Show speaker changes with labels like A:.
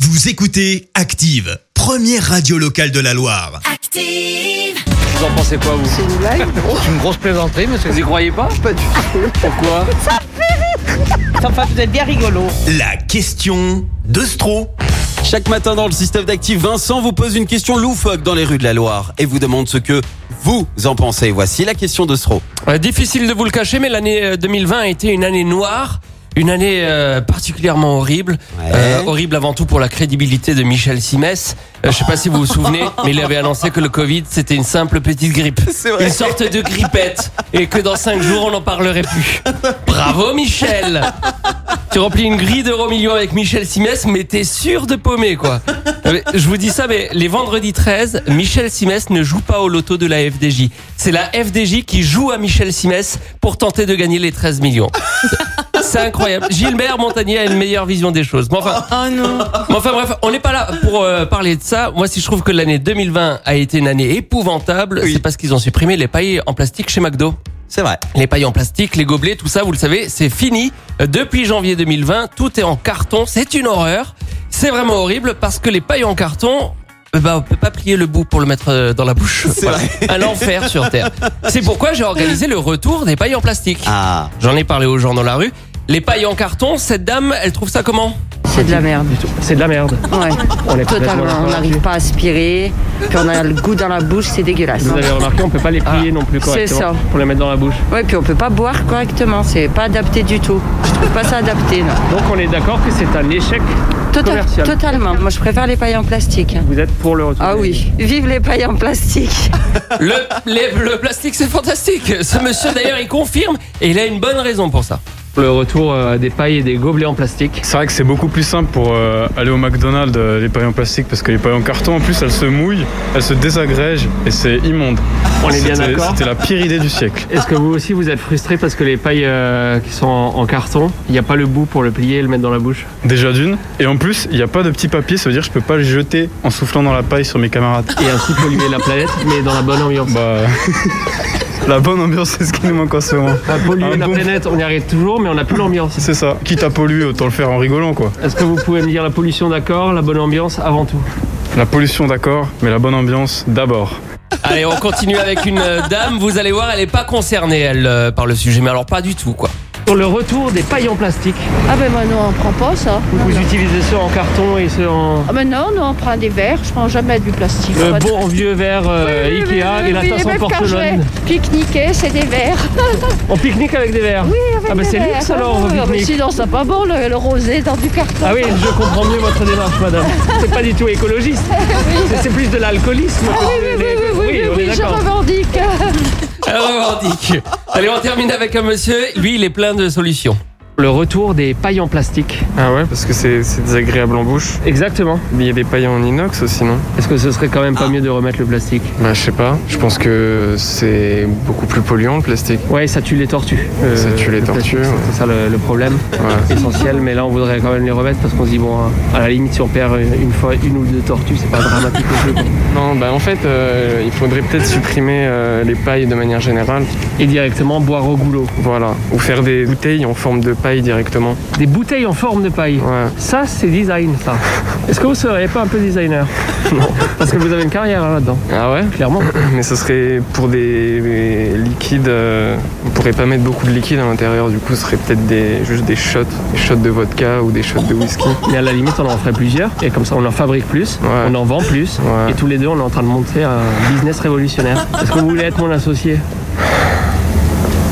A: Vous écoutez Active, première radio locale de la Loire.
B: Active.
C: Vous en pensez quoi, vous
D: une blague
C: C'est une grosse plaisanterie, monsieur. Vous y croyez pas
D: Pas du tout.
C: Pourquoi
D: Enfin, vous êtes bien rigolo.
A: La question de Stro.
E: Chaque matin dans le système d'actifs, Vincent vous pose une question loufoque dans les rues de la Loire et vous demande ce que vous en pensez. Voici la question de Stro.
C: Euh, Difficile de vous le cacher, mais l'année euh, 2020 a été une année noire. Une année euh, particulièrement horrible,
E: Ouais.
C: Euh, horrible avant tout pour la crédibilité de Michel Simès. Euh, je sais pas si vous vous souvenez, mais il avait annoncé que le Covid c'était une simple petite grippe,
E: C'est vrai.
C: une sorte de grippette, et que dans cinq jours on n'en parlerait plus. Bravo Michel Tu remplis une grille d'euros millions avec Michel Simès, mais t'es sûr de paumer quoi. Euh, mais Je vous dis ça, mais les vendredis 13, Michel Simès ne joue pas au loto de la FDJ. C'est la FDJ qui joue à Michel Simès pour tenter de gagner les 13 millions. C'est- C'est incroyable. Gilbert Montagnier a une meilleure vision des choses. Bon, enfin,
B: Oh non.
C: mais enfin bref, on n'est pas là pour euh, parler de ça. Moi, si je trouve que l'année 2020 a été une année épouvantable,
E: Oui.
C: c'est parce qu'ils ont supprimé les pailles en plastique chez McDo.
E: C'est vrai.
C: Les pailles en plastique, les gobelets, tout ça, vous le savez, c'est fini. Euh, Depuis janvier 2020, tout est en carton. C'est une horreur. C'est vraiment horrible parce que les pailles en carton, euh, bah, on peut pas plier le bout pour le mettre euh, dans la bouche.
E: C'est vrai.
C: Un enfer sur Terre. C'est pourquoi j'ai organisé le retour des pailles en plastique.
E: Ah,
C: J'en ai parlé aux gens dans la rue. Les pailles en carton, cette dame, elle trouve ça comment
F: C'est de la merde.
G: C'est de la merde.
F: Ouais.
G: On est complètement
F: Totalement. On
G: d'accord.
F: n'arrive pas à aspirer. Puis on a le goût dans la bouche, c'est dégueulasse.
G: Vous avez remarqué, on peut pas les plier non plus
F: Ah, C'est
G: correctement
F: ça.
G: pour les mettre dans la bouche.
F: Ouais, puis on peut pas boire correctement. C'est pas adapté du tout. Je trouve pas ça adapté. Non.
G: Donc on est d'accord que c'est un échec
F: Total-
G: commercial.
F: totalement. Moi, je préfère les pailles en plastique. hein.
G: Vous êtes pour le retour.
F: Ah oui, vive les pailles en plastique.
C: Le, les- le plastique, c'est fantastique. Ce monsieur, d'ailleurs, il confirme et il a une bonne raison pour ça.
G: Le retour euh, des pailles et des gobelets en plastique.
H: C'est vrai que c'est beaucoup plus simple pour euh, aller au McDonald's euh, les pailles en plastique parce que les pailles en carton en plus elles se mouillent, elles se désagrègent et c'est immonde.
G: On est bien
H: C'était-
G: d'accord.
H: C'était la pire idée du siècle.
G: Est-ce que vous aussi vous êtes frustré parce que les pailles euh, qui sont en, en carton, il n'y a pas le bout pour le plier et le mettre dans la bouche
H: Déjà d'une. Et en plus, il n'y a pas de petit papier, ça veut dire que je peux pas le jeter en soufflant dans la paille sur mes camarades.
G: Et ainsi polluer la planète, mais dans la bonne ambiance.
H: Bah. la bonne ambiance, c'est ce qui nous manque en ce moment.
G: Enfin, polluer
H: Un
G: la
H: bon-
G: planète, on y arrive toujours, mais on n'a plus l'ambiance.
H: C'est ça. Quitte à polluer, autant le faire en rigolant quoi.
G: Est-ce que vous pouvez me dire la pollution d'accord, la bonne ambiance avant tout
H: La pollution, d'accord, mais la bonne ambiance, d'abord.
C: Allez, on continue avec une euh, dame. Vous allez voir, elle n'est pas concernée, elle, euh, par le sujet. Mais alors, pas du tout, quoi.
G: Sur le retour des pailles en plastique,
I: Ah ben moi non, on prend pas ça.
G: vous utilisez ceux en carton et ceux en.
I: Ah ben non, nous on prend des verres, je prends jamais du plastique.
G: Le
I: Pas de-
G: bon vieux verre euh,
I: Oui, oui, oui,
G: Ikea
I: oui,
G: et la
I: oui,
G: tasse en
I: même
G: porcelaine.
I: quand je vais Pique-niquer, c'est des verres.
G: On pique-nique avec des verres. ah bah
I: Des
G: c'est
I: verres.
G: luxe alors, on
I: Ah oui, mais
G: pique-nique.
I: Sinon c'est pas bon le, le rosé dans du carton.
G: Ah oui, je comprends mieux votre démarche, madame. C'est pas du tout écologiste. C'est- C'est plus de l'alcoolisme.
I: Ah oui, oui, oui, oui, oui, oui,
G: on
I: oui,
G: est
I: je
G: d'accord.
I: revendique.
C: Elle revendique. Allez, on termine avec un monsieur. Lui, il est plein de solutions.
G: Le retour des pailles en plastique.
J: Ah ouais, parce que c'est c'est désagréable en bouche.
G: Exactement.
J: Mais il y a des pailles en inox aussi, non Ah.
G: Est-ce que ce serait quand même pas mieux de remettre le plastique
J: Bah je sais pas. Je pense que c'est beaucoup plus polluant le plastique.
G: Ouais, ça tue les tortues. Euh,
J: Ça tue les
G: le plastique,
J: tortues, ouais.
G: C'est ça le, le problème
J: Ouais.
G: essentiel. Mais là, on voudrait quand même les remettre parce qu'on se dit, bon, à la limite, si on perd une fois une ou deux tortues, c'est pas dramatique non plus. quoi.
J: Non, bah en fait, euh, il faudrait peut-être supprimer euh, les pailles de manière générale.
G: Et directement boire au goulot.
J: Voilà. Ou faire des bouteilles en forme de paille directement.
G: Des bouteilles en forme de paille.
J: Ouais.
G: Ça, c'est design, ça. Est-ce que vous seriez pas un peu designer Non. Parce que vous avez une carrière hein, là-dedans,
J: Ah ouais
G: clairement.
J: Mais ce serait pour des, des liquides. euh, on pourrait pas mettre beaucoup de liquide à l'intérieur. Du coup, ce serait peut-être des, juste des shots. Des shots de vodka ou des shots de whisky.
G: Mais à la limite, on en ferait plusieurs. Et comme ça, on en fabrique plus,
J: Ouais.
G: on en vend plus.
J: Ouais.
G: Et tous les deux, on est en train de monter un business révolutionnaire. Est-ce que vous voulez être mon associé